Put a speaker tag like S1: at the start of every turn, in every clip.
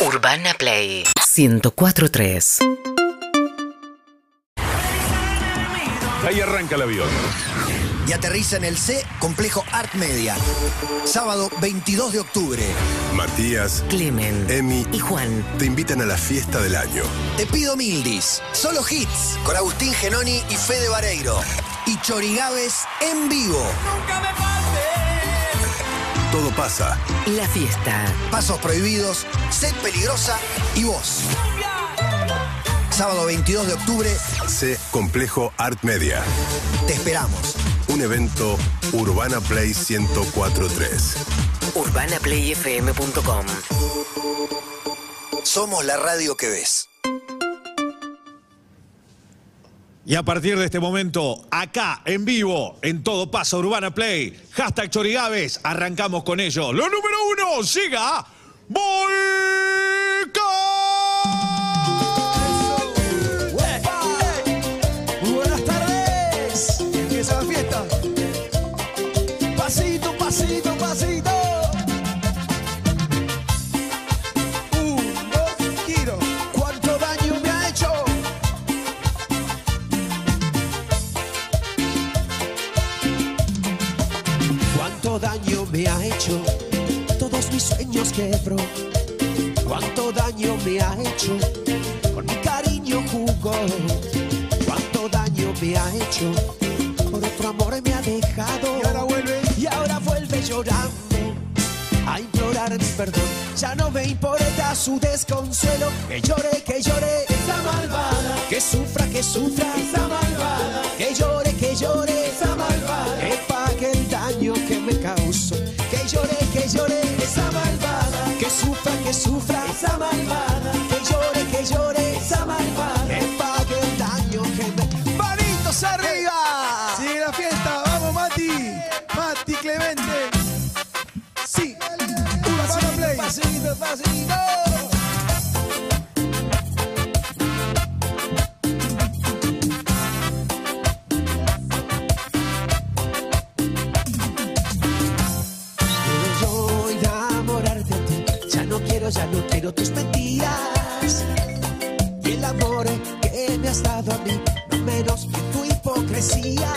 S1: Urbana Play 1043.
S2: Ahí arranca el avión.
S3: y aterriza en el C Complejo Art Media. Sábado 22 de octubre.
S4: Matías,
S1: Clemen
S4: Emi
S1: y Juan.
S4: te invitan a la fiesta del año.
S3: Te pido Mildis, solo hits, con Agustín Genoni y Fede Vareiro. Y Chorigaves en vivo.
S4: Todo pasa.
S1: La fiesta.
S3: Pasos prohibidos, sed peligrosa y vos. Sábado 22 de octubre,
S4: C Complejo Art Media.
S3: te esperamos.
S4: Un evento Urbana Play 1043.
S1: UrbanaPlayFM.com.
S3: Somos la radio que ves.
S5: Y a partir de este momento, acá en vivo, en todo paso Urbana Play, hashtag Chorigaves, arrancamos con ello. Lo número uno llega. Volcán.
S6: Muy buenas tardes. Empieza la fiesta. Pasito, pasito, pasito. Un, dos, giro. ¿Cuánto daño me ha hecho? ¿Cuánto daño me ha hecho? Todos mis sueños quebró. ¿Cuánto daño me ha hecho? Con mi cariño jugó cuánto daño me ha hecho, por otro amor me ha dejado. Y ahora vuelve, y ahora vuelve llorando a implorar mi perdón. Ya no me importa su desconsuelo, que llore, que llore esa malvada, que sufra, que sufra esa malvada, que llore, que llore esa malvada, que pague el daño que me causó, que llore, que llore esa malvada, que sufra, que sufra esa malvada, que llore, que llore esa malvada, que pague el daño que me manitos arriba.
S7: Sigue la fiesta, vamos Mati, Mati Clemente.
S6: Sí,
S7: Urbana Play.
S6: pasito, pasito. Quiero yo enamorarte de ti, ya no quiero, ya no quiero tus mentiras. Y el amor que me has dado a mí, no menos que tu hipocresía,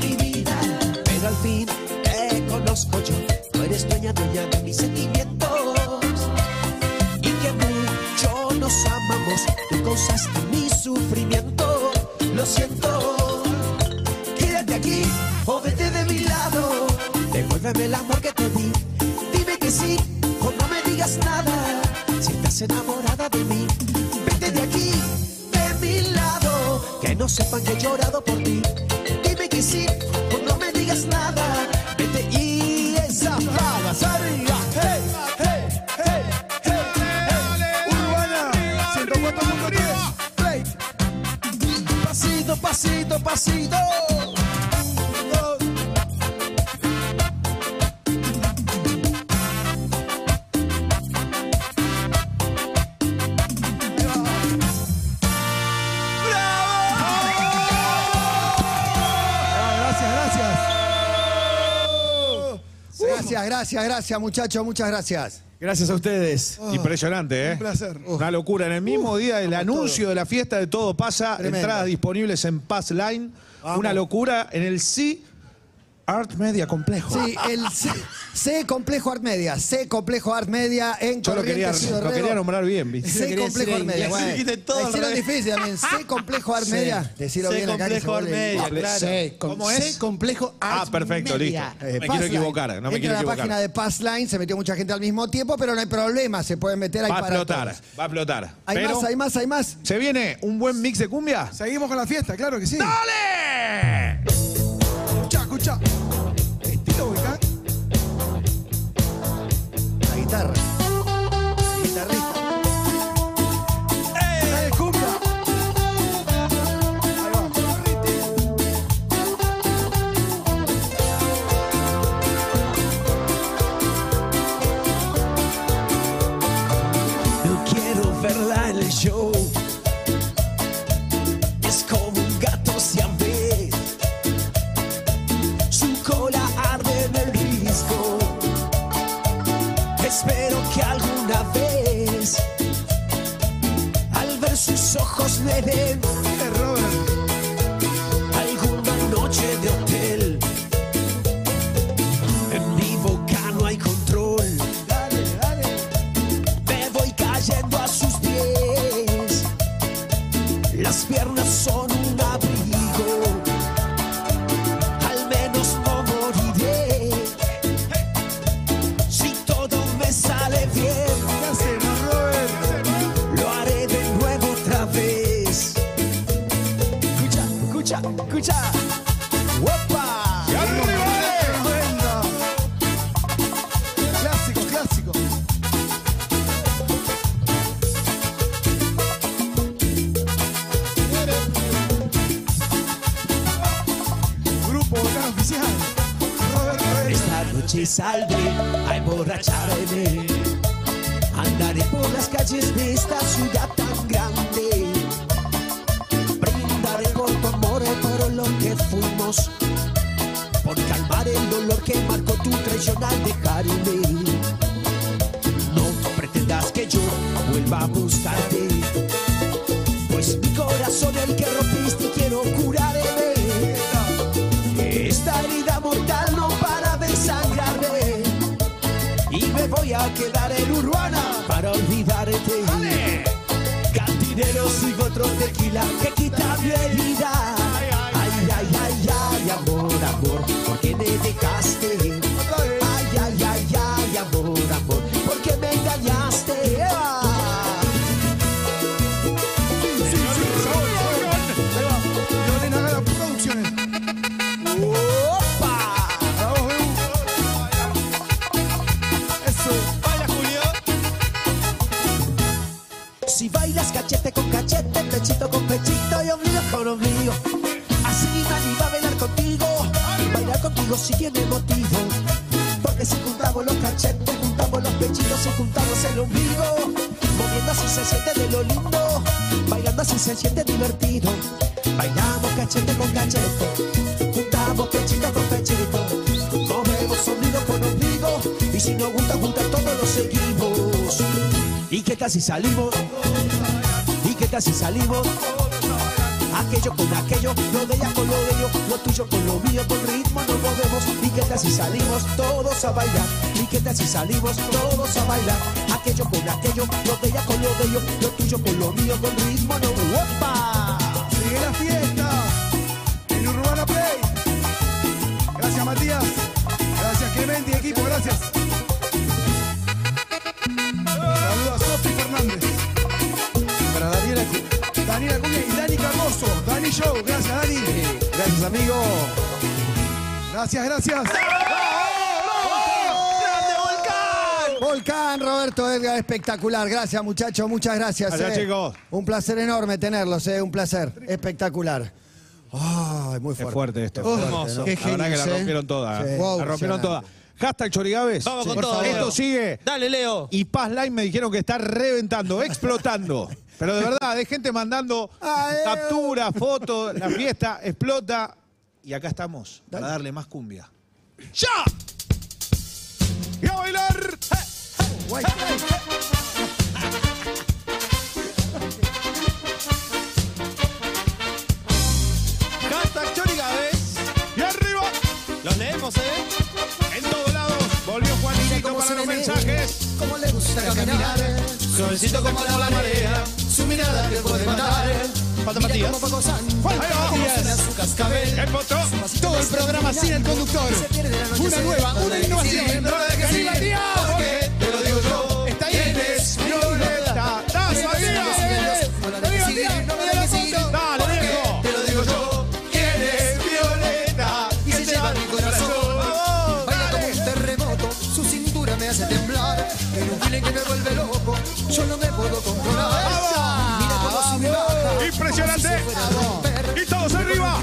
S6: mi vida. Pero al fin te conozco yo, tú eres dueña, dueña de mis sentimientos. Y que mucho nos amamos, tú causaste mi sufrimiento, lo siento. Quédate aquí o vete de mi lado, devuélveme el amor que te di. Dime que sí o no me digas nada, si estás enamorada de mí, vete de aquí, de mi lado, que no sepan que he llorado por ti. Dime que sí o no me digas nada, vete y esa pava arriba. Hey, hey, hey, hey, hey.
S7: Urbana, 104.3.
S6: Play. Pasito, pasito, pasito. Uno, dos.
S7: Ah, Gracias, gracias. Gracias, gracias, gracias muchachos, muchas gracias.
S5: Gracias a ustedes. Impresionante, ¿eh?
S7: Ah, un placer.
S5: Una locura. En el mismo día del anuncio de la fiesta de Todo Pasa,
S7: Tremendo.
S5: entradas disponibles en Pass Line.
S7: Vamos.
S5: Una locura en el C Art Media Complejo.
S7: Sí, el C, C Complejo Art Media, C Complejo Art Media en
S5: Yo lo quería,
S7: Corrientes y
S5: lo
S7: Dorrego.
S5: quería nombrar bien, ¿viste?
S7: C
S8: quería decir
S7: Complejo Art
S8: en
S7: Media.
S8: inglés.
S7: bueno.
S8: Dijiste todo
S7: La
S8: al
S7: hicieron
S8: revés.
S7: difícil también. C Complejo Art Media. Decirlo
S8: C
S7: bien acá que se
S8: Complejo Art
S7: vuelve-
S8: Media. claro. C, com-
S5: ¿Cómo es?
S8: C complejo
S5: Ah,
S8: Arts
S5: perfecto,
S8: Media.
S5: listo. No me
S7: Pass
S5: quiero
S7: Line.
S5: equivocar, no me
S7: Entra
S5: quiero
S7: a la página
S5: equivocar.
S7: de Passline, se metió mucha gente al mismo tiempo, pero no hay problema, se pueden meter ahí
S5: Va a
S7: para
S5: explotar,
S7: todos.
S5: va a explotar.
S7: Hay
S5: Pero,
S7: más, hay más, hay más.
S5: ¿se viene un buen mix de cumbia?
S7: Seguimos con la fiesta, claro que sí.
S5: ¡Dale!
S7: Escucha, escucha.
S6: Este
S7: Estilo ubicá.
S3: La guitarra. La guitarrista.
S7: Dale, cumbia. Ahí va.
S6: No quiero verla en el show. Es como un gato siamés. Su cola arde en el risco. Espero que alguna vez sus ojos me den alguna noche de hotel. En mi boca no hay control. Me voy cayendo a sus pies. Las piernas son un abrigo. Al menos no moriré. Si todo me sale bien, lo haré de nuevo otra vez. Escucha, escucha, escucha. ¡Opa!
S2: ¡Y arriba, eh!
S7: Clásico, clásico. Grupo Volcán Oficial.
S6: Esta noche saldré a emborracharme. Andaré por las calles de esta ciudad tan grande. Brindaré por tu amor, por lo que fuimos. Por calmar el dolor que marcó tu traición al dejarme. No pretendas que yo vuelva a buscarte. Pues mi corazón el que rompiste quiero curarme. Esta herida mortal no para de sangrarme Y me voy a quedar en Urbana para olvidarte Cantinero sigo otro tequila que quita mi herida Ay, ay, ay, ay, amor, amor, ¿por qué me dejaste? Ay, ay, ay, ay, amor, amor, ¿por qué me engañaste? Ah. ¡Opa! Si bailas cachete con cachete, pechito con pechito y ombligo con ombligo. Así nadie va a bailar contigo. Bailar contigo si tiene motivo. Porque si juntamos los cachetes, juntamos los pechitos y juntamos el ombligo. Moviendo así se siente de lo lindo. Bailando así se siente divertido. Bailamos cachete con cachete. Juntamos pechito con pechito. Movemos ombligo con ombligo. Y si nos gusta, junta todo lo seguimos. Y que casi salimos y que casi salimos. Aquello con aquello, lo de ella con lo de ello, lo tuyo con lo mío, con ritmo nos movemos. Y que casi salimos todos a bailar, y que casi salimos todos a bailar. Aquello con aquello, lo de ella con lo de ello, lo tuyo con lo mío, con ritmo nos ¡Opa!
S8: Sigue la fiesta en Urbana Play. Gracias Matías, gracias Clemente y equipo, gracias. Saludos a Sofi Fernández. Para Daniela, Cu- Daniela Cuña y Dani Cardoso. Dani Show, gracias Dani. Gracias amigo. Gracias, gracias.
S7: Volcán, Roberto Edgar, espectacular. Gracias, muchachos, muchas gracias. eh.
S5: Gracias, chicos.
S7: Un placer enorme tenerlos, eh, un placer. Espectacular. Ay, muy fuerte. Oh,
S5: Es fuerte esto.
S7: Qué
S5: Hermoso.
S7: ¿no?
S5: La verdad que la rompieron toda.
S7: Sí.
S5: ¿eh?
S7: Wow,
S5: la rompieron
S7: impresionante.
S5: toda. Hashtag Chorigaves.
S9: Vamos con
S5: por
S9: todo,
S5: favor.
S9: Leo.
S5: Esto sigue.
S9: Dale, Leo.
S5: Y Paz Line me dijeron que está reventando, explotando. Pero de verdad, hay gente mandando
S7: Ah, eh.
S5: capturas, fotos, la fiesta explota. Y acá estamos para darle más cumbia. ¡Ya! ¡Y a bailar!
S7: Guay.
S9: Hashtag Chorigaves.
S5: ¡Y arriba!
S9: Los leemos, ¿eh?
S5: En todos lados. Volvió Juanito para los mensajes.
S6: Como le gusta caminar,
S9: Solcito como la marea.
S6: su mirada te puede matar.
S9: Falta Matías.
S5: Ahí
S6: su cascabel.
S5: va. El voto.
S6: Todo el programa sin el conductor. Una nueva, una innovación.
S5: ¡Sí, Matías!
S9: Te lo digo yo.
S5: Está ahí. Eres violeta. Dale, Matías. Dale, Matías. Dale, la foto. Dale, Diego.
S9: Te lo digo yo. ¿Quién es Violeta?
S6: Y se lleva mi corazón. Baila como
S5: dale.
S6: un terremoto, su cintura me hace temblar. En un feeling que me vuelve loco, yo no me puedo controlar. Mira cómo sube y baja.
S5: Impresionante. Y todos arriba.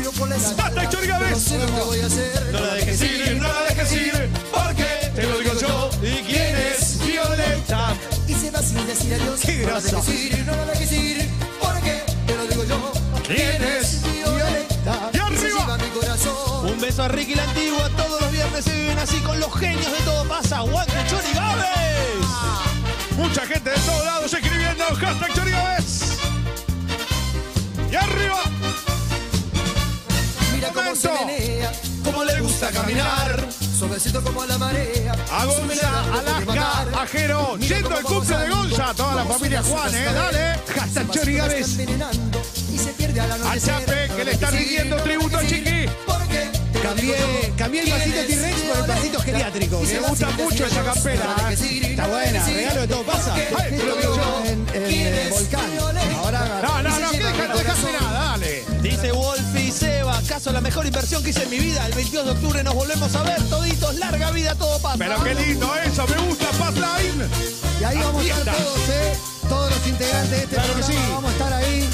S5: Hasta Chori
S6: No
S5: Gávez.
S6: sé lo que voy a hacer.
S9: No la dejes ir, no la dejes ir. Porque te lo digo yo. ¿Y quién es Violeta?
S6: Y se va sin decir adiós.
S9: Qué
S6: no la
S9: grasa.
S6: dejes ir, no la dejes ir. Porque te lo digo yo.
S9: ¿Quién es?
S6: Violeta.
S5: Y
S6: y se
S5: arriba.
S6: lleva mi corazón.
S9: Un beso a Ricky la Antigua. Todos los viernes se viven así con los genios de todo pasa. ¡Aguante, Chori Gávez!
S5: Mucha gente de todos lados escribiendo. Hashtag Chori Gávez.
S10: gusta caminar.
S11: Suavecito como la marea.
S5: A Gonza, Alaska, Ajero, yendo al cumple de Gonza, toda la familia Juan, ¿eh? Dale. Hashtag Chori Gávez.
S11: Y se pierde al
S5: Al
S11: anochecer.
S5: Chape, que le está rindiendo tributo a Chiqui.
S11: Porque te
S8: Cambié, cambié el vasito T-Rex por el vasito geriátrico.
S5: Me gusta mucho esa campera. ¿eh?
S8: Está buena, regalo de todo pasa.
S5: Ay, pero digo yo. Eh,
S6: En, en el volcán. Ahora
S5: No, no, no, que deja- no dejaste nada, dale.
S12: Dice Wolfi Seba, ¿acaso la mejor inversión que hice en mi vida? El 22 de octubre nos volvemos a ver toditos, larga vida, todo pasa.
S5: Pero qué lindo eso, me gusta, Passline.
S6: Y ahí vamos a estar
S5: Fiesta.
S6: todos, ¿eh? Todos los integrantes de este
S5: Claro que
S6: programa
S5: sí.
S6: vamos a estar ahí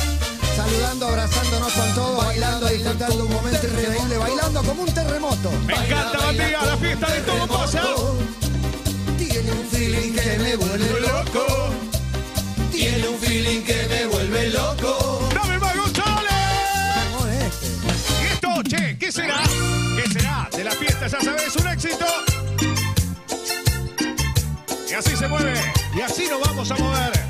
S6: saludando, abrazándonos con todos, bailando, disfrutando un momento increíble, bailando como un terremoto.
S5: Me encanta, Bandera, la fiesta de todo pasa.
S11: tiene un feeling que me vuelve
S5: Loco,
S11: Tiene un feeling que me vuelve loco.
S5: dame más González.
S6: Amor, este.
S5: Y esto, che, ¿qué será? ¿Qué será? De la fiesta, ya sabes, un éxito. Y así se mueve, y así nos vamos a mover.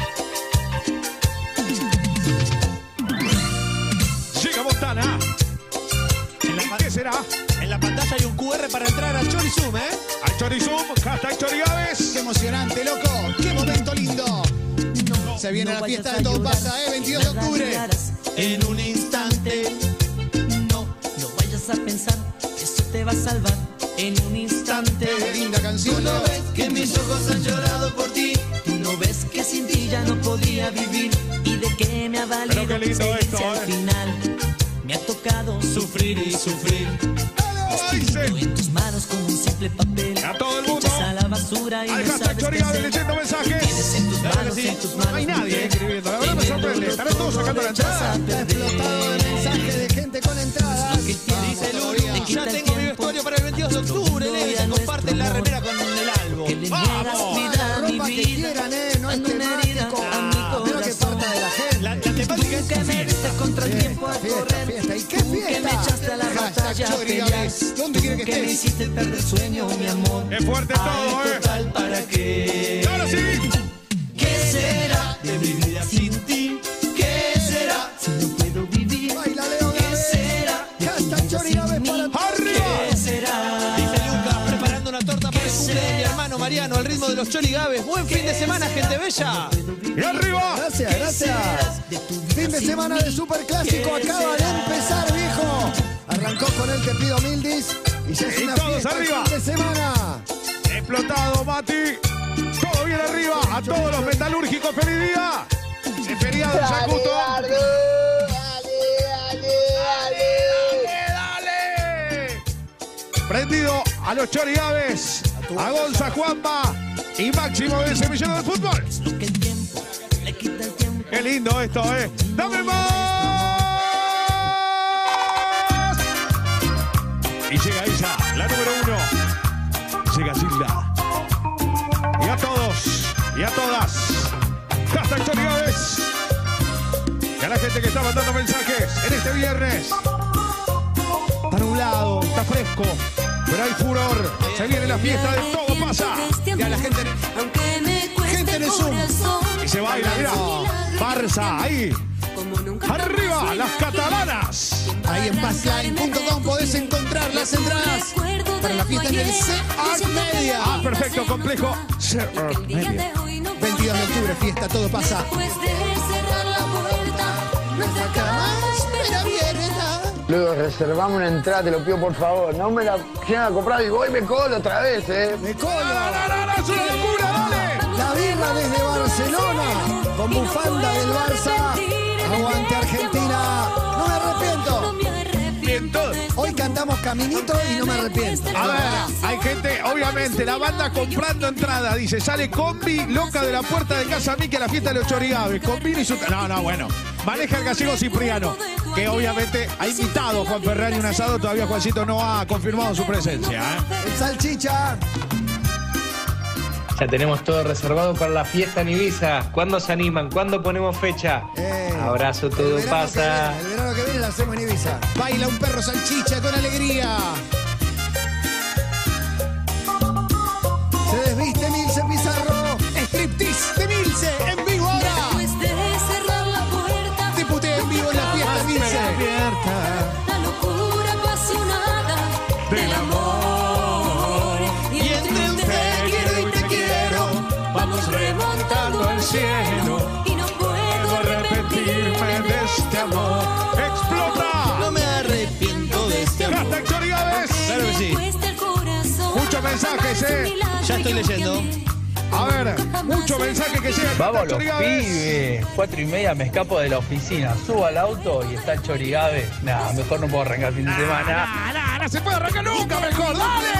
S5: Llega Montana. ¿Y qué será?
S12: En la pantalla hay un QR para entrar al Chori Zoom, ¿eh?
S5: Al Chorizum, hashtag Chorigaves.
S8: Qué emocionante, loco. Qué momento lindo. Se viene la fiesta de todo pasa, ¿eh? 22 de octubre.
S12: En un instante,
S11: No vayas a pensar que eso te va a salvar en un instante.
S8: Qué linda
S11: Tú
S8: canción.
S11: no ves que mis ojos han llorado por ti. Tú no ves que sin ti ya no podía vivir. ¿Y de qué me ha valido
S5: Pero qué
S11: tu
S5: lindo
S11: experiencia
S5: esto,
S11: al
S5: eh.
S11: final? Me ha tocado
S12: sufrir y sufrir.
S5: Ahí se-
S11: en tus manos como un simple papel.
S5: A todo el mundo.
S11: Echas a la basura y
S5: Al
S11: no
S5: hashtag
S11: sabes qué
S5: Chorigaves
S11: hacer.
S5: leyendo mensajes.
S11: Tienes en tus
S5: Claro que
S11: manos,
S5: sí.
S11: en tus manos.
S5: No hay
S11: tu
S5: nadie
S11: bien.
S5: escribiendo, la verdad me
S11: En el
S5: sorprende.
S11: dolor
S5: Estarán todos
S11: tú no
S5: sacando la
S11: rechazas
S5: entrada.
S6: Está explotado de mensajes de gente con entradas.
S11: que tienes
S12: Dice
S11: el
S12: Lulu,
S11: te quita
S12: ya
S11: el
S12: tengo mi
S11: tiempo.
S12: vestuario para el 22 de octubre, Levis. Comparten la remera con el álbum.
S11: Que le
S5: ¡Vamos!
S11: niegas vida a
S6: La
S11: mi
S6: ropa que
S11: vida.
S6: quieran, eh, no es
S11: Ando una herida
S6: temático.
S11: a mi
S6: Pero que
S11: corazón.
S6: parta de la gente.
S12: La, la temática es
S11: Tú que me viste contra el tiempo a
S6: fiesta,
S11: correr.
S6: fiesta. ¿Y qué
S11: Tú que
S6: fiesta?
S11: me echaste a la batalla a
S8: Chori
S11: pelear.
S8: Gávez, ¿dónde quiere
S11: Tú que
S8: que
S11: me
S8: estés?
S11: hiciste perder sueño, mi amor.
S5: Es fuerte
S11: Ay,
S5: todo, ¿eh?
S11: total, ¿para qué?
S5: Ahora sí,
S11: ¿Qué será de mi vida sin ti? ¿Qué será si no puedo vivir?
S6: Baila, Leo
S11: ¿Qué
S6: Gávez.
S11: será? de mi
S6: Hashtag
S11: vida
S6: Chori
S11: sin
S6: Gávez
S11: mí?
S6: para
S5: arriba.
S11: ¿Qué será?
S12: Dice Lucas, preparando una torta para el cumple de mi hermano Mariano, al ritmo de los Chori Gaves. Buen fin de semana, gente bella.
S5: Y arriba.
S6: Gracias, gracias. Fin de semana de Superclásico acaba de empezar, viejo. Arrancó con el Te pido Mildis y ya es
S5: Y
S6: una
S5: todos
S6: fiesta el
S5: arriba.
S6: fin de semana.
S5: Explotado, Mati. Todo bien arriba. A todos los metalúrgicos, feliz día. El feriado en Yacuto. Dale, dale. Prendido a los Chorigaves, a Gonza Juanpa y Máximo del Semillero del Fútbol.
S11: Lo que el tiempo le quita el tiempo.
S5: Qué lindo esto, ¿eh? ¡Dame más! Y llega ella, la número uno. Llega Silda. Y a todos, y a todas. Hasta Chori Gávez. Y a la gente que está mandando mensajes en este viernes. Está nublado, está fresco, pero hay furor. Se viene la fiesta de todo pasa.
S8: Y a la gente,
S13: Aunque me
S8: gente en el Zoom.
S5: Y se baila, mira. Barça, ahí. Arriba, las catalanas.
S8: Ahí en Passline.com podés encontrar las entradas para la fiesta en el C Art Media.
S5: Ah, perfecto, complejo. Cerro Media.
S8: 22 de octubre, fiesta, todo pasa.
S14: Luego reservamos una entrada, te lo pido por favor. No me la quieran a comprar y voy me colo otra vez, eh.
S6: Me colo.
S5: ¡La, la, la, la, es una locura, dale!
S6: La birra desde Barcelona. Con bufanda del Barça. Aguante
S8: este
S6: Argentina. No me arrepiento. Hoy cantamos Caminito y no me arrepiento.
S5: A ver, hay gente, obviamente, la banda comprando entrada. Dice, sale combi loca de la puerta de casa a mí que la fiesta de los chorigaves. Con vino y su... No, no, bueno. Maneja el gallego Cipriano, que obviamente ha invitado a Juan Ferrer y un asado. Todavía Juancito no ha confirmado su presencia, ¿eh?
S6: El salchicha.
S12: Ya tenemos todo reservado para la fiesta en Ibiza. ¿Cuándo se animan? ¿Cuándo ponemos fecha?
S6: Eh,
S12: Abrazo,
S6: el
S12: todo
S6: verano que
S12: pasa.
S6: viene, el verano que viene la hacemos en Ibiza.
S8: Baila un perro salchicha con alegría.
S6: Se desviste Milce Pizarro.
S8: Striptease de Milce en vivo ahora. Te puté en vivo en la fiesta, Milce.
S13: La locura apasionada del amor.
S8: cielo
S15: y no puedo
S8: arrepentirme de este amor. ¡Explota!
S16: No me arrepiento de este amor.
S5: Hashtag Chori Gávez.
S16: Claro que sí.
S5: Muchos mensajes, eh.
S16: Ya estoy leyendo.
S5: A ver, mucho mensaje que llega. Hashtag
S11: Vamos los
S5: Chori Gávez.
S11: pibes, cuatro y media me escapo de la oficina, subo al auto y está el Chorigabe. Nah, mejor no puedo arrancar fin de semana.
S5: Ah, nah, no se puede arrancar nunca, mejor. ¡Dale!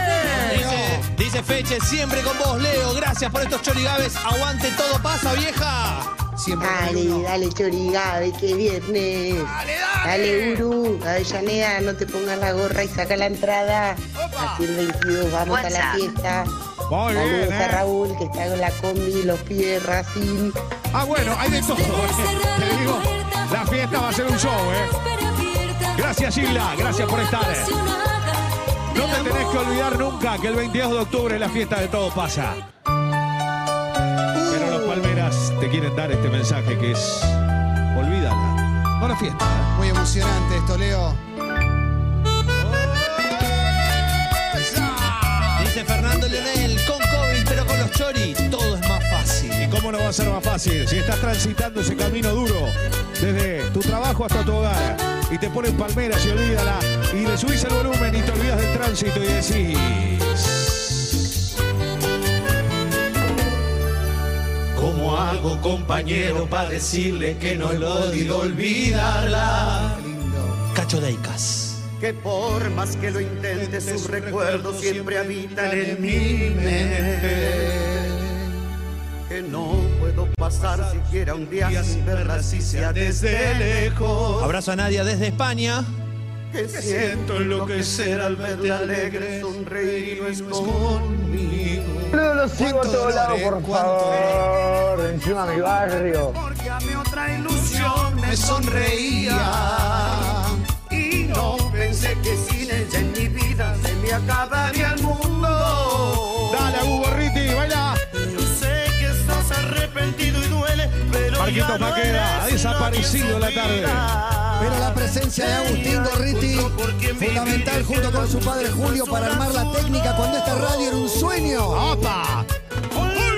S16: Dice, dice Feche, siempre con vos, Leo. Gracias por estos chorigaves. Aguante, todo pasa, vieja.
S12: Siempre hay
S1: Dale,
S12: uno.
S1: dale, Chorigabe, que viernes.
S5: ¡Dale,
S1: Dale, Uru, Avellaneda, no te pongas la gorra y saca la entrada. Aquí el 22, vamos a la
S15: WhatsApp.
S1: fiesta.
S5: Muy bien,
S1: Saludos a
S5: eh.
S1: Raúl, que está con la combi, los pies, Racing.
S5: Ah, bueno, hay de todo. eh. Te digo, la fiesta va a ser un show, ¿eh? Gracias, Gilda. Gracias por estar. eh. No te tenés que olvidar nunca que el 22 de octubre es la fiesta de Todo Pasa. Pero los Palmeras te quieren dar este mensaje que es... Olvídala. Buena fiesta.
S12: Muy emocionante esto, Leo.
S16: Dice Fernando Leonel, con COVID, pero con los chori, todo es más fácil.
S5: ¿Y cómo no va a ser más fácil? Si estás transitando ese camino duro, desde tu trabajo hasta tu hogar, y te ponen palmeras y olvídala, y le subís el volumen y te olvidas del tránsito y decís.
S8: ¿Cómo hago, compañero, para decirle que no he podido olvidarla?
S16: Cacho Deicas.
S17: Que por más que lo intente, sus recuerdos siempre habitan en mi mente.
S8: mente.
S17: Que no puedo pasar siquiera un día sin verla, si sea desde lejos.
S16: Abrazo a Nadia desde España.
S17: Que
S8: Me
S17: siento
S8: siento enloquecer al verte alegre, sonreír y no es conmigo.
S11: No lo
S12: sigo a ¿Cuánto todos dolor, lados, eh? por ¿Cuánto favor.
S11: Encima mi barrio.
S17: porque a mi otra ilusión me sonreía. Y no pensé que sin ella en mi vida se me acabaría el mundo.
S5: Dale, Buborriti, baila.
S17: Yo sé que estás arrepentido y duele, pero
S5: Marquitos
S17: ya no
S5: Maqueda,
S17: eres
S5: desaparecido
S17: lo que
S5: la tarde.
S17: sufrirás.
S6: Pero la presencia de Agustín Gorriti, fundamental junto con su padre Julio para armar la técnica cuando esta radio era un sueño.
S5: ¡Opa!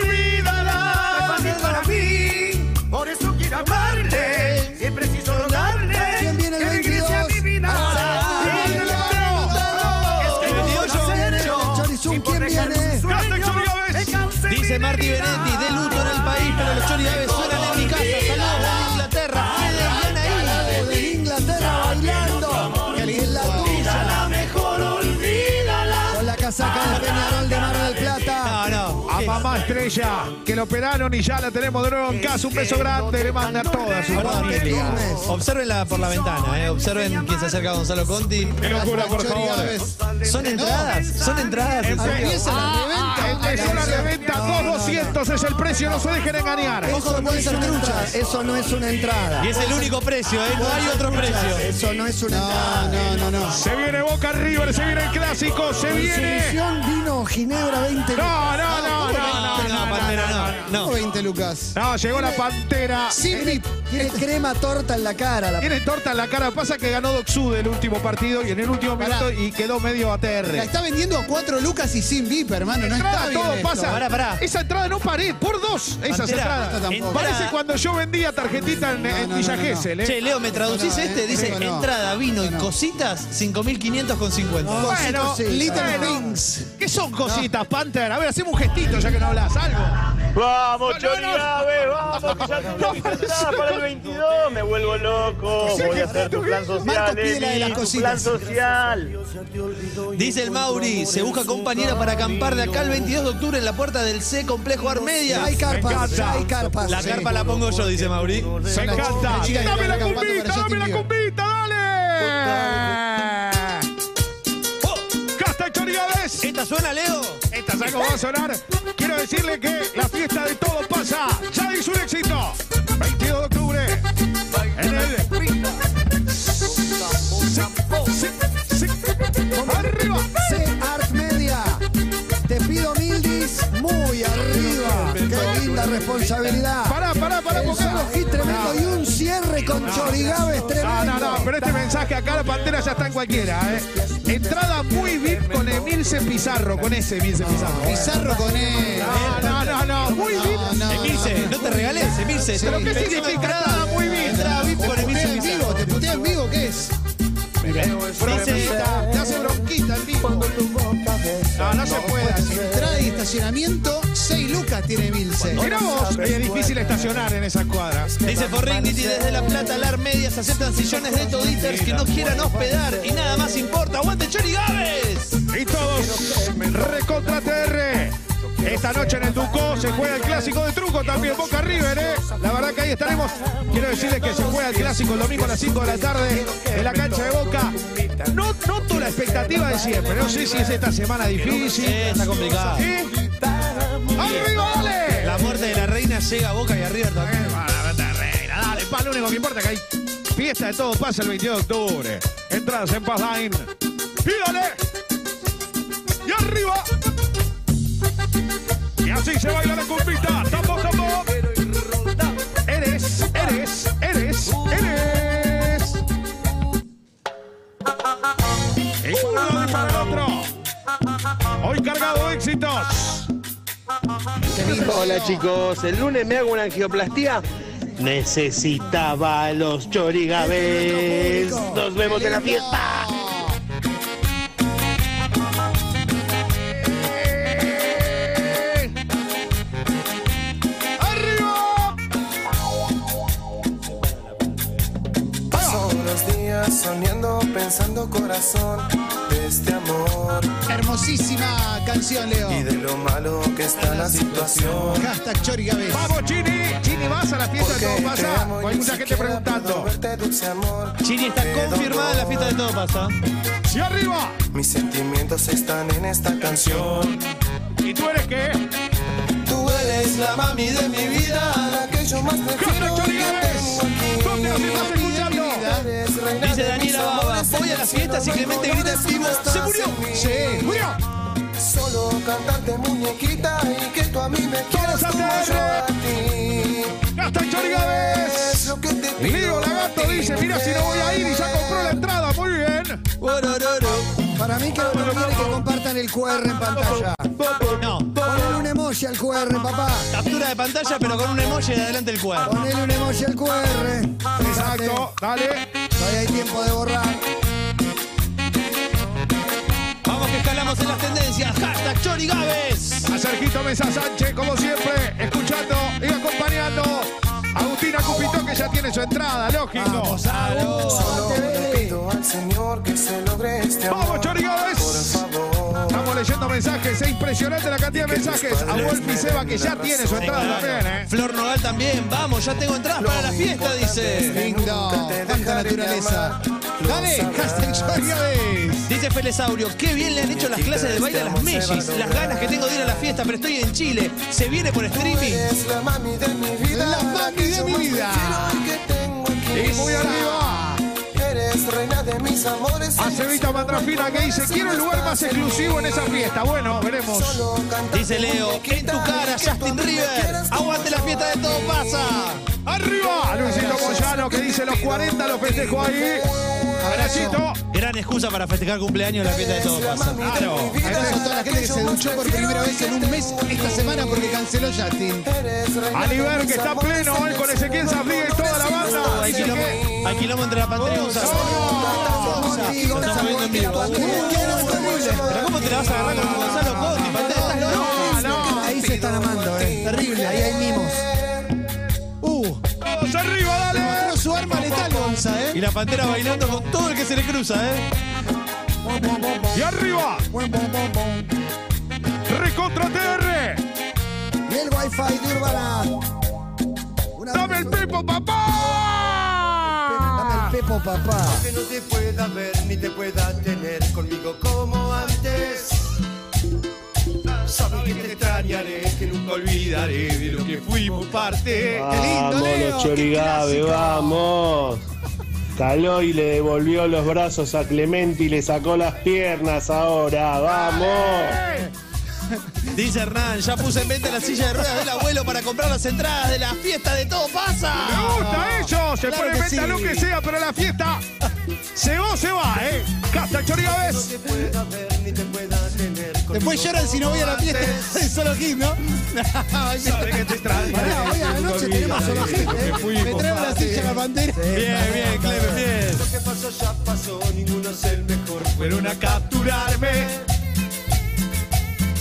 S17: Olvídala, fácil para mí, por eso quiero amarte, siempre preciso rogarle
S6: ¿Quién viene el
S17: que regrese a
S6: 22?
S17: mi vida.
S6: Ah,
S17: Que
S6: ¿quién
S17: no
S6: viene?
S17: lo creo, que
S16: El
S17: estoy
S16: 28.
S17: con
S6: El Chorizum,
S17: y por
S6: ¿quién
S17: dejar
S6: viene?
S17: sus sueños,
S5: Hashtag Chorigaves.
S17: me cansé
S16: Dice
S17: de
S16: Marti
S17: vivir.
S16: Benetti, de luto en el país, pero los chorigaves suenan en mi casa. Saludos de Inglaterra. Fede, bien ahí.
S6: Desde Inglaterra bailando. Y en la tuya. Con la casaca de Peñarol de Mar del Plata.
S16: No, no.
S5: A mamá estrella, que lo operaron y ya la tenemos de nuevo en casa. Un beso grande, le manda a toda su
S16: Perdón,
S5: familia.
S16: Observenla por la ventana, eh. observen quién se acerca a Gonzalo Conti.
S5: ¡Qué locura, por favor!
S16: Son entradas, son entradas. en serio.
S6: Empieza
S5: Ah,
S6: la reventa.
S5: Empezó la reventa, 2,200 es el precio, no se dejen engañar.
S6: Eso no puede ser trucha. Eso no es una entrada.
S16: Y es el único precio, ¿eh? no hay otro precio.
S6: Eso no es una entrada. No, no, no.
S5: Se viene Boca River, se viene el clásico, se viene.
S6: Solución vino Ginebra 20.
S5: No, no, no, no, no, no,
S16: Pantera, no, no.
S12: No. 20 lucas.
S5: no. Llegó la pantera.
S16: Eh,
S12: Sin VIP.
S6: Tiene
S16: este-
S6: crema torta en la cara. La,
S5: Tiene torta en la cara. Pasa que ganó Doxu del último partido y en el último
S12: Pará.
S5: minuto y quedó medio
S12: La
S5: ATR.
S12: está vendiendo a 4 lucas y sin VIP, hermano. No está
S5: Entrada,
S12: bien
S5: todo
S12: esto.
S5: pasa.
S16: Pará, pará.
S5: Esa entrada no paré, por dos. Esas
S16: Pantera,
S5: entradas.
S12: no está tampoco.
S5: Parece cuando yo vendía tarjetita en, en
S12: no,
S5: Villa
S12: no, no, no.
S5: Gesell, ¿eh?
S16: Che, Leo, ¿me traducís
S12: No, no,
S16: este?
S12: eh,
S16: Dice,
S12: Leo, no.
S16: entrada, vino y cositas, 5.500 con 50.
S5: Bueno,
S6: Cositas, sí,
S5: little
S6: bueno.
S5: things. ¿Qué son cositas, Panther? A ver, hacemos un gestito ya que no hablas, algo.
S11: Vamos,
S5: No, no, Chori no. Gávez, vamos, que ya tengo mis entradas para el
S11: 22. Me vuelvo loco.
S5: Voy a hacer tu plan social,
S12: Marcos pide la de las cositas.
S11: social.
S16: Dice el Mauri, se busca compañera para acampar de acá el 22 de octubre en la puerta del C Complejo Armedia.
S6: hay carpas,
S5: encanta.
S6: hay carpas.
S16: La
S6: Sí.
S16: carpa la pongo yo, dice Mauri.
S5: Me encanta.
S12: las chicas que
S5: Dame la
S12: están acampando
S5: cumbita,
S12: para
S5: dame
S12: Justin
S5: la
S12: Bieber.
S5: cumbita, dale. Casta Chori Gávez.
S16: ¿Esta suena, Leo?
S5: Esta sabe cómo va a sonar. Quiero decirle que la fiesta de todo pasa. Ya hizo un éxito. 22 de octubre. En el. Sí, sí, sí. Arriba.
S6: C Art Media. Te pido mildis muy arriba. Qué linda responsabilidad.
S5: Pará, pará, pará,
S6: El
S5: porque
S16: Otro hit tremendo y un cierre con Chorigaves
S5: No,
S16: tremendo.
S5: no, no, pero este mensaje acá la pantera ya está en cualquiera, ¿eh? Entrada muy VIP con Emilce Pizarro, con ese Emilce Pizarro.
S6: Pizarro con él.
S5: No, no, no, no, muy VIP.
S6: Emilce, no te regales, Emilce.
S5: ¿Pero qué
S6: Pensando
S5: significa?
S6: entrada,
S5: Estaba muy bien.
S6: Entrada VIP con Emilce
S5: en
S6: Pizarro. ¿Te putea en vivo? ¿Qué es?
S5: Bronquita, te hace bronquita en vivo. No, no se puede así.
S6: Entrada y estacionamiento, 6 lucas tiene Emilce.
S5: Mirá vos, es difícil estacionar en esa cuadra.
S6: Dice Forrignity desde La Plata, Alar Medias, aceptan sillones de toditers que no quieran hospedar y nada más importa. ¡Aguante Chori Gávez!
S5: Y todos, recontra TR. Esta noche en el Ducó se juega el clásico de truco también, Boca River, ¿eh? La verdad que ahí estaremos. Quiero decirles que se juega el clásico el domingo a las 5 de la tarde en la cancha de Boca. No noto la expectativa de siempre, no sé si es esta semana difícil.
S6: Está complicado.
S5: ¿Eh? ¡Arriba, dale!
S6: La muerte de la reina llega a Boca y a River también.
S5: Reina, dale, pa, lo único que importa es que hay fiesta de todo pasa el 22 de octubre. Entradas en Paz Line. ¡Pídale! ¡Y arriba! Y así se baila la cumbita. ¡Tambo, tambo! Eres, eres, eres, eres. Y para uno y para el otro. Hoy cargado de éxitos.
S12: Hola chicos, el lunes me hago una angioplastía. Necesitaba a los chorigabes. Nos vemos en la fiesta.
S5: ¡Arriba!
S4: Paso los días soñando, pensando corazón de este amor
S6: Hermosísima canción, Leo.
S4: y de lo malo que está la situación.
S6: Hashtag Chori Gávez.
S5: Vamos, Chini. Chini, vas a la fiesta de todo pasa. O Hay mucha gente preguntando.
S6: Chini está confirmada en la fiesta de Todo Pasa.
S5: ¡Sí, arriba!
S4: Mis sentimientos están en esta canción.
S5: ¿Y tú eres qué?
S4: Tú eres la mami de mi vida, la que yo más prefiero.
S5: Chori
S4: que
S5: Gávez!
S4: tengo aquí.
S5: ¿Dónde nos estás escuchando?
S4: Eres reina de
S6: Dice
S4: mis
S6: Daniela Baba,
S4: amores,
S6: voy a las fiestas y Clemente grita en vivo. ¡Se murió!
S5: ¡Sí! ¡Murió!
S4: Solo cantante muñequita y que tú a mí me quieras
S5: ¡Todos a
S4: como yo a
S5: TR!
S4: ti.
S5: ¡Hasta Chori Gávez!
S4: Lo que te pido
S5: Lío Lagarto dice, mira si no voy a ir y ya compró la entrada. Muy bien.
S16: Para mí que lo que quiere es que compartan el QR en pantalla.
S6: No,
S16: Ponle un emoji al QR, papá.
S6: captura de pantalla, pero con un emoji de adelante el cuerpo.
S16: Ponle un emoji al QR.
S5: Exacto. Dale.
S16: Todavía hay tiempo de borrar.
S6: Vamos que escalamos en las tendencias. Hashtag Chori Gávez.
S5: A Sergito Mesa Sánchez, como siempre, escuchando y acompañando. Agustina Cupitón, que ya tiene su entrada, lógico.
S4: Solo le pido al Señor que se logre este amor.
S5: ¡Vamos, Chori Gávez! Estamos leyendo mensajes, es impresionante la cantidad de mensajes. A Wolf y Seba, que ya tiene su entrada también, ¿eh?
S6: Flor Nodal también, vamos, ya tengo entradas para la fiesta, dice. Lindo, cuánta naturaleza. Dale, hashtag Chori Gávez. Dice Felesaurio, qué bien le han hecho las clases de baile a las mellis. Las ganas que tengo de ir a la fiesta, pero estoy en Chile. Se viene por streaming.
S4: Es la mami de mi vida.
S6: La mami
S4: que
S6: de
S4: yo
S6: mi
S4: más
S6: vida.
S4: prefiero y que tengo aquí.
S5: Y muy arriba.
S4: Eres reina de mis amores.
S5: A Cevita Matrafina que dice, quiero el lugar más exclusivo en esa fiesta. Bueno, veremos.
S4: Solo cantante
S6: Dice Leo, en tu cara,
S4: que tú a
S6: Justin
S4: mí me
S6: River.
S4: quieras como
S6: Aguante la
S4: yo
S6: fiesta
S4: a
S6: de todo
S4: ti.
S6: pasa.
S5: Arriba, Luisito Moyano que dice los 40 los festejó ahí. Abracito.
S6: Gran excusa para festejar cumpleaños la fiesta de todo pasa.
S5: Claro.
S18: Abrazo a toda la gente que se duchó por primera vez en un mes esta semana porque canceló Justin.
S5: Aliber que está pleno hoy con Ezequiel Zafriga y toda la banda.
S6: Hay
S5: Así
S6: quilombo,
S5: que,
S6: hay quilombo entre la pantalla y Gonzalo. Lo estamos viendo en vivo. Uh, Pero ¿cómo te la vas a agarrar con Gonzalo Conti? Pantera, estás loco.
S16: Ahí se están amando, eh. Terrible, ahí hay mimos.
S6: Uh,
S5: todos arriba, dale.
S6: agarró su arma letal, Gonza, ¿eh? Y la pantera bailando con todo el que se le cruza, ¿eh?
S5: Y arriba. Recontra TR.
S16: Y el wifi de Urbana. Una-
S5: Dame el pepo,
S16: Dame
S5: papá.
S16: el pepo, papá.
S19: Que no te pueda ver ni te pueda tener conmigo como antes. Sabes que te extrañaré, que nunca olvidaré de lo que fuimos parte.
S12: Vamos, los chorigabes, vamos. Caloy le devolvió los brazos a Clemente y le sacó las piernas ahora, vamos.
S6: Dice Hernán, ya puse en venta la silla de ruedas del abuelo para comprar las entradas de la fiesta de todo pasa.
S5: se
S20: Claro
S5: pone
S20: que
S5: meta
S20: sí.
S5: lo que sea, pero la fiesta se va o se va, ¿eh? Hasta Chorigabes.
S21: Después lloran si no voy a la fiesta de Solo Hit, ¿no?
S5: Sabe que te extraña.
S21: Pará, hoy a la noche tenemos Solo Hit, ¿eh? Me traen la silla, la bandera.
S5: Bien, bien, Clemen, bien.
S22: Lo que pasó ya pasó, ninguno es el mejor.
S5: Fueron a capturarme.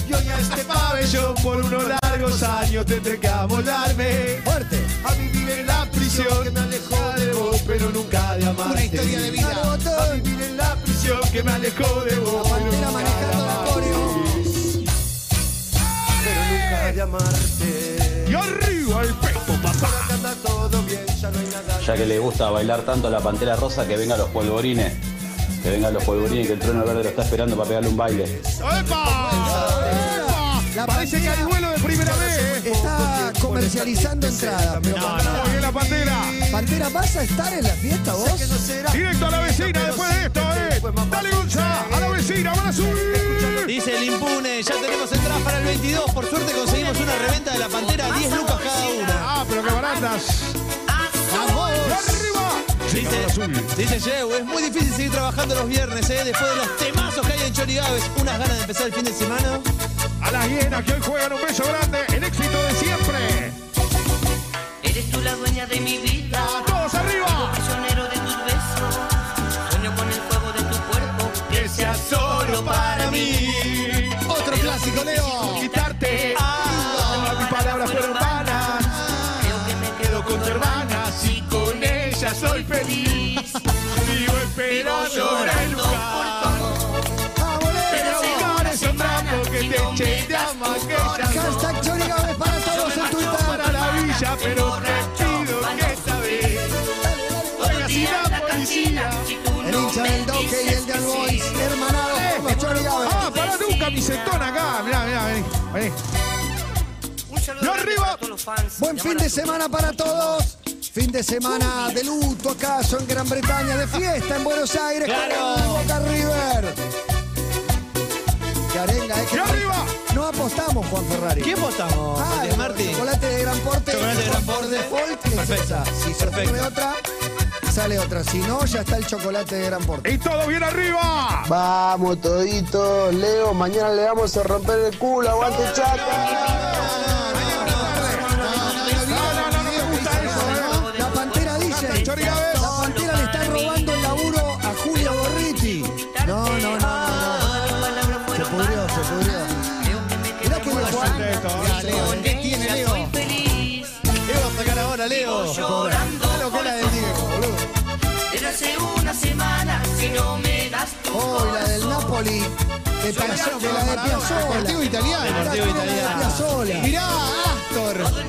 S22: Y hoy a este pabellón por unos largos años tendré que amoldarme.
S21: Fuerte.
S22: A vivir en la prisión que me alejó de vos, pero nunca de amarte.
S21: Una historia de vida.
S22: A vivir en la prisión que me alejó de vos, pero nunca de amarte. Pero nunca de amarte.
S5: Y arriba el pecho, papá.
S22: Ahora que anda todo bien, ya no hay nada
S23: Ya que le gusta bailar tanto a la pantera rosa, que venga los polvorines. Que venga los polvorines, que el trueno verde lo está esperando para pegarle un baile.
S5: ¡Epa!
S6: La
S5: Parece que hay vuelo de primera vez. ¿eh?
S6: Está comercializando entradas, pero
S5: No,
S6: Pantera-
S5: no, muy bien la pantera.
S6: Pantera, ¿vas a estar en la fiesta vos?
S5: Directo a la vecina después de esto, ¿eh?
S24: Pues,
S5: Dale, Gonza, a la vecina, van a subir.
S11: Dice el impune, ya tenemos entradas para el 22. Por suerte conseguimos una reventa de la pantera, 10 lucas cada una.
S5: Ah, pero qué baratas. ¡Arriba!
S11: Dice, dice Yeu, es muy difícil seguir trabajando los viernes, ¿eh? Después de los temazos que hay en Chorigaves, unas ganas de empezar el fin de semana.
S5: A las hienas que hoy juegan un beso grande, el éxito de siempre.
S24: Eres tú la dueña de mi vida.
S5: Todos arriba.
S24: Prisionero de tus besos. Sueño con el fuego de tu cuerpo. Que sea solo para mí.
S21: Otro clásico, Leo.
S5: Quitarte.
S22: Ah, mis palabras fueron vanas.
S24: Creo que me
S22: quedo con tu hermana, si con ella soy feliz. Vivo esperando la lugar. Pero mi corazón bravo que te eche de ama que
S6: Hashtag Johnny Gávez para todos en Twitter.
S22: para la villa, pero te pido que esta vez. Oiga, si la policía.
S6: El hincha del Doque y el de Albois, hermanados como
S11: Eh,
S6: Johnny Gávez.
S5: Ah, pará, tengo un camisetón acá. Mirá, mirá, vení. vení.
S6: ¡Y arriba! Buen fin de semana para todos. Fin de semana de luto acaso en Gran Bretaña, de fiesta en Buenos Aires,
S11: Claro.
S6: con Boca River. Que arenga, eh, que
S5: ¡Y arriba!
S6: No apostamos, Juan Ferrari.
S11: ¿Qué votamos?
S6: Ah,
S11: Matías Martín.
S6: chocolate de gran porte.
S11: Chocolate de gran
S6: por
S11: porte.
S6: default es
S11: Perfecto.
S6: esa. Si se
S11: Perfecto.
S6: ocurre otra, sale otra. Si no, ya está el chocolate de gran porte.
S5: Y todo bien arriba.
S12: Vamos toditos, Leo, mañana le vamos a romper el culo, aguante chaca.
S6: La Pantera dice, la Pantera le está robando el laburo a Julio Borriti. No, no, no, no, no. Se pudrió, se pudrió. Mirá que lo
S21: Aguante esto, aguante. Leo, ¿Qué tiene, Leo? ¿Qué
S11: va a sacar ahora, Leo?
S21: La locura del Diego, boludo.
S24: Desde hace una semana que no me das tu
S6: Oh, y la del Napoli. Que pasó, que la de Piazzolla.
S21: Deportivo italiano.
S11: Deportivo italiano.
S6: Piazzolla.
S21: Mirá, Astor.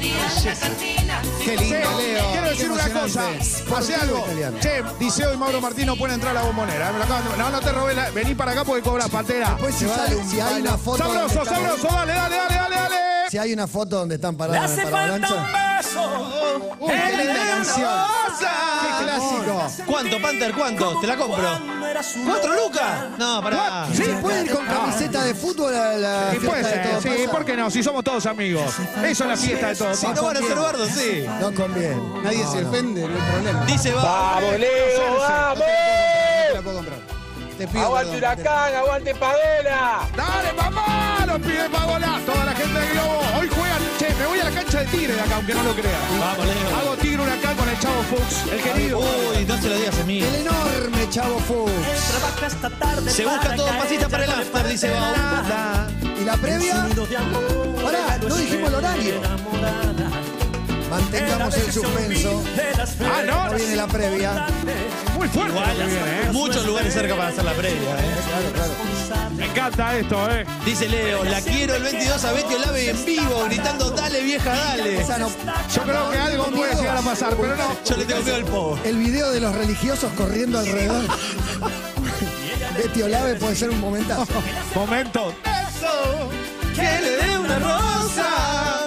S21: Qué
S5: Che,
S21: lindo, Leo.
S5: Eh, Quiero decir
S21: Qué
S5: una cosa.
S21: emocionante.
S5: Hace algo. Che, Diceo y Mauro Martino pueden entrar a la bombonera. eh, Me lo acaban de- No, no te robes. la- Vení para acá porque cobras pantera.
S6: Después si,
S21: Se
S6: sale-
S21: vale un
S6: si hay
S21: palo.
S6: una foto... donde
S5: Sabroso,
S6: están-
S5: sabroso. Dale, dale, dale, dale, dale.
S6: Si hay una foto donde están parados en
S21: hace
S6: la
S5: Eh,
S21: Uy, qué linda canción. Qué clásico.
S11: ¿Cuánto, Panther? ¿Cuánto? Te la compro. ¿Cuatro lucas? No, pará.
S6: ¿Se puede ir con camiseta de fútbol a la
S5: Y puede
S6: fiesta de todo
S5: ser, sí, ¿por qué no? Si somos todos amigos. Eso es la fiesta de todos.
S11: Si no van a ser bardos, sí.
S6: No conviene.
S21: Nadie se ofende, no hay problema.
S11: Dice, va.
S12: ¡Vamos, Leo, vamos!
S21: Te la puedo comprar. Te pido
S12: ¡Aguante
S21: perdón.
S12: huracán, aguante pagola!
S5: Dale, mamá, los pibes pagola. Toda la gente de Globo. Hoy juegan. Che, me voy a la cancha de Tigre de acá, aunque no lo crean.
S11: Vamos, Leo.
S5: Hago Tigre una acá con el Chavo Fuchs, el querido.
S11: Uy, no se lo digas a mí.
S6: El enorme Chavo Fuchs.
S24: trabajo esta tarde.
S11: Se busca todo pasita para el after, dice va.
S6: ¿Y la previa? Pará, no dijimos el horario. Mantengamos el suspenso.
S5: Ah, no.
S6: No viene la previa.
S5: Muy fuerte. lo que viene, eh.
S11: Muchos lugares cerca para hacer la previa, ¿eh?
S6: Claro, claro.
S5: Me encanta esto, eh.
S11: Dice Leo, la quiero el 22 a Betty Olave en vivo, gritando, dale vieja, dale.
S6: Esa no-
S5: Yo creo que algo puede llegar a pasar, pero no.
S11: Yo le tengo miedo al pobre.
S6: El video de los religiosos corriendo alrededor. Betty Olave puede ser un momentazo.
S5: Momento.
S11: Que le dé una rosa.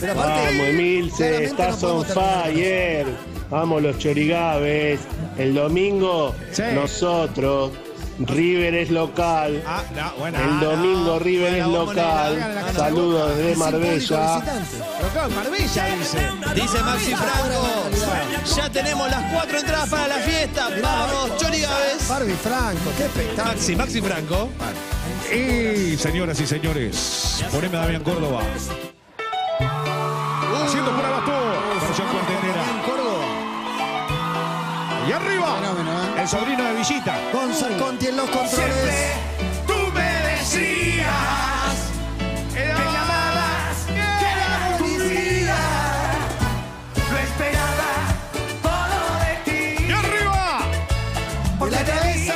S6: Pero
S12: Vamos,
S6: aparte,
S12: Emilce,
S6: claramente
S12: estás
S6: no
S12: on
S6: podemos terminar.
S12: fire. Vamos los chorigaves. El domingo,
S5: Sí.
S12: nosotros. River es local.
S5: Ah, no, bueno.
S12: El
S5: ah,
S12: domingo
S5: no.
S12: River es
S5: La bombonera, hagan la
S12: local.
S5: cancha
S12: Saludos
S5: de
S12: desde
S6: sin público
S12: Marbella.
S6: visitante.
S5: Boca. Pero claro, Marbella dice.
S11: Dice Maxi Franco,
S25: Ya tenemos las cuatro entradas para la fiesta. Vamos, Chori Gávez.
S6: Barbie Franco, qué espectáculo.
S25: Maxi, Maxi Franco.
S5: Y señoras y señores, poneme a Damián Córdoba. Haciendo pruebas todo. Versión cuartetera. Y arriba, el sobrino de Villita.
S6: Gonzalo Conti en los controles.
S16: Tú me decías que amabas, que era tu vida. Lo esperaba todo de ti.
S5: Y arriba,
S16: por la cabeza,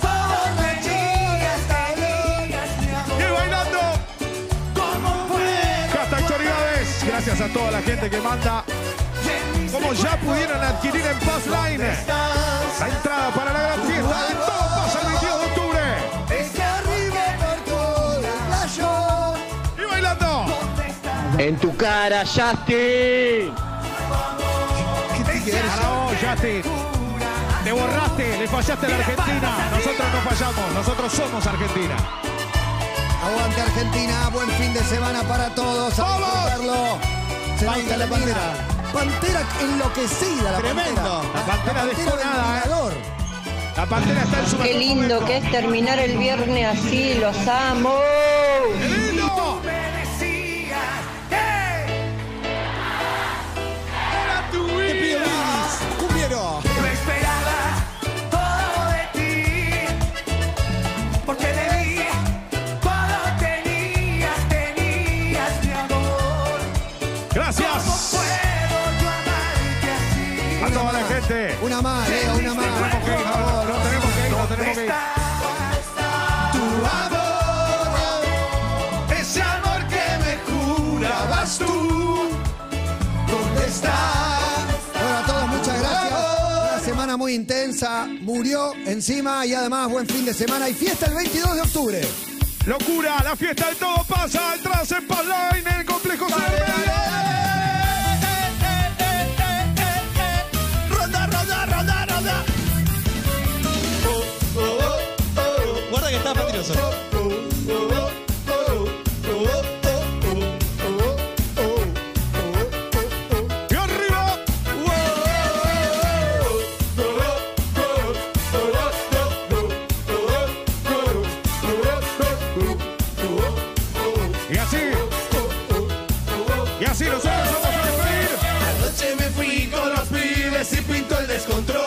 S16: todo me llegas, te llegas, mi amor.
S5: Y bailando.
S16: ¿Cómo puedo?
S5: Hashtag Chorigades. Gracias a toda la gente que manda. Como ya pudieron adquirir en Passline la entrada para la gran fiesta de todo pasa el 22 de octubre.
S16: Desde arriba por la playa.
S5: Y bailando.
S12: En tu cara, Justin.
S5: Para vos, Justin. Te borraste, le fallaste a la Argentina. Nosotros no fallamos, nosotros somos Argentina.
S6: Aguante Argentina, buen fin de semana para todos. A
S5: ¡Vamos!
S6: disfrutarlo. Se
S26: Baila
S6: nota
S26: la pantera.
S6: Pantera enloquecida, la
S5: Tremendo.
S6: pantera.
S5: La pantera destonada, ¿eh?
S6: dominador.
S5: La pantera está en su
S8: Qué
S5: mejor
S8: lindo
S5: momento.
S8: que es terminar el viernes así, los amo.
S5: ¡Qué lindo!
S16: Decías que era tu
S26: Te pido,
S16: vida.
S26: Lilis, cumbiero.
S16: Lo esperaba todo de ti, porque de mí todo tenías, tenías mi amor. ¿Cómo
S5: Gracias
S16: puedo yo amarte así?
S5: a toda la gente.
S6: Una más, Leo, una más.
S5: Tenemos que ir, no, no, no, tenemos que ir, no, tenemos que ir.
S16: Tu amor, ese amor que me jurabas tú, ¿dónde estás?
S6: Bueno, a todos muchas gracias. Una semana muy intensa. Murió encima y además buen fin de semana y fiesta el 22 de octubre.
S5: Locura, la fiesta de todo pasa. Entradas en Passline, en el complejo
S25: Ronda, ronda, ronda, ronda. Guarda que está patrioso.
S5: ¡Y arriba! Y así. Y así nosotros vamos a despedir.
S27: Anoche me fui con los pibes y pinto el descontrol.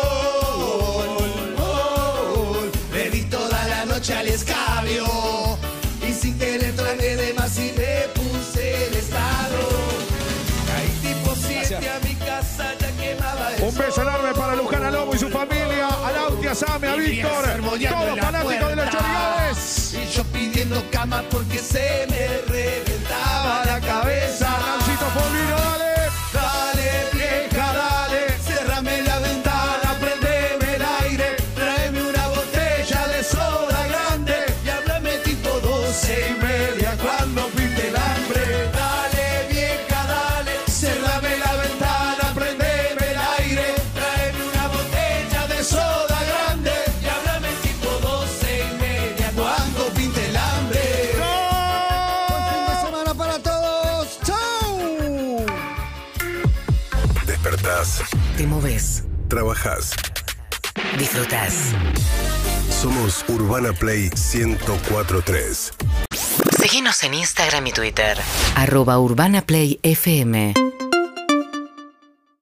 S27: Le di toda la noche al escabio. Y sin querer tragué de más y me puse el estado. Caí tipo 7 a mi casa, ya quemaba el
S5: Un beso enorme para Lujana Lobo y su familia, a Lauti, a Same, a Víctor, todos fanáticos de los Chorigades.
S27: Y yo pidiendo cama porque se me reventaba la cabeza.
S5: Lancito Paulino, dale.
S27: Dale, vieja, dale, cerrame la ventana, prendeme el aire, tráeme una botella de soda grande y háblame tipo doce y media cuando pinte el hambre. Dale, vieja, dale, cerrame la ventana, prendeme el aire, tráeme una botella de soda grande y háblame tipo doce y media cuando pinte el hambre.
S6: Fin de semana para todos. ¡Chau!
S4: Despertás,
S1: Te moves,
S4: trabajás.
S1: disfrutás.
S4: Somos Urbana Play 1043.
S1: Seguinos en Instagram y Twitter. Arroba Urbana Play FM.